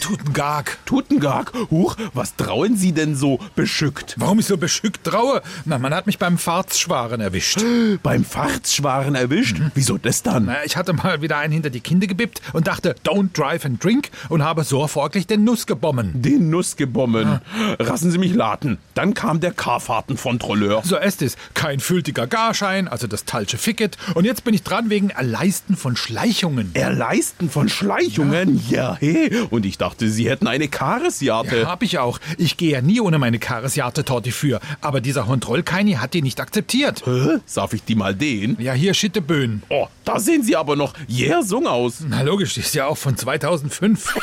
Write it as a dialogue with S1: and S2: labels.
S1: Tutengag.
S2: Tutengag? Huch, was trauen Sie denn so beschückt?
S1: Warum ich so beschückt traue? Na, man hat mich beim Fahrtschwaren erwischt.
S2: Beim Fahrtschwaren erwischt? Wieso das dann?
S1: Na, ich hatte mal wieder einen hinter die Kinde gebippt und dachte, don't drive and drink und habe so folglich den Nuss gebommen.
S2: Den Nuss gebommen. Rassen Sie mich laten. Dann kam der Karfahrtenkontrolleur.
S1: So ist es. Kein fültiger Garschein, also das Talsche Ficket. Und jetzt bin ich dran wegen Erleisten von Schleichungen.
S2: Erleisten von Schleichungen? Ja, hey. Und ich dachte, Sie hätten eine Karesjate.
S1: Hab ich auch. Ich gehe ja nie ohne meine Karesjate Torti für. Aber dieser Kontrollkeini hat die nicht akzeptiert.
S2: Hä? Darf ich die mal den?
S1: Ja, hier Schitteböen.
S2: Oh, da sehen Sie aber noch jährsung aus.
S1: Na logisch, die ist ja auch von 2005.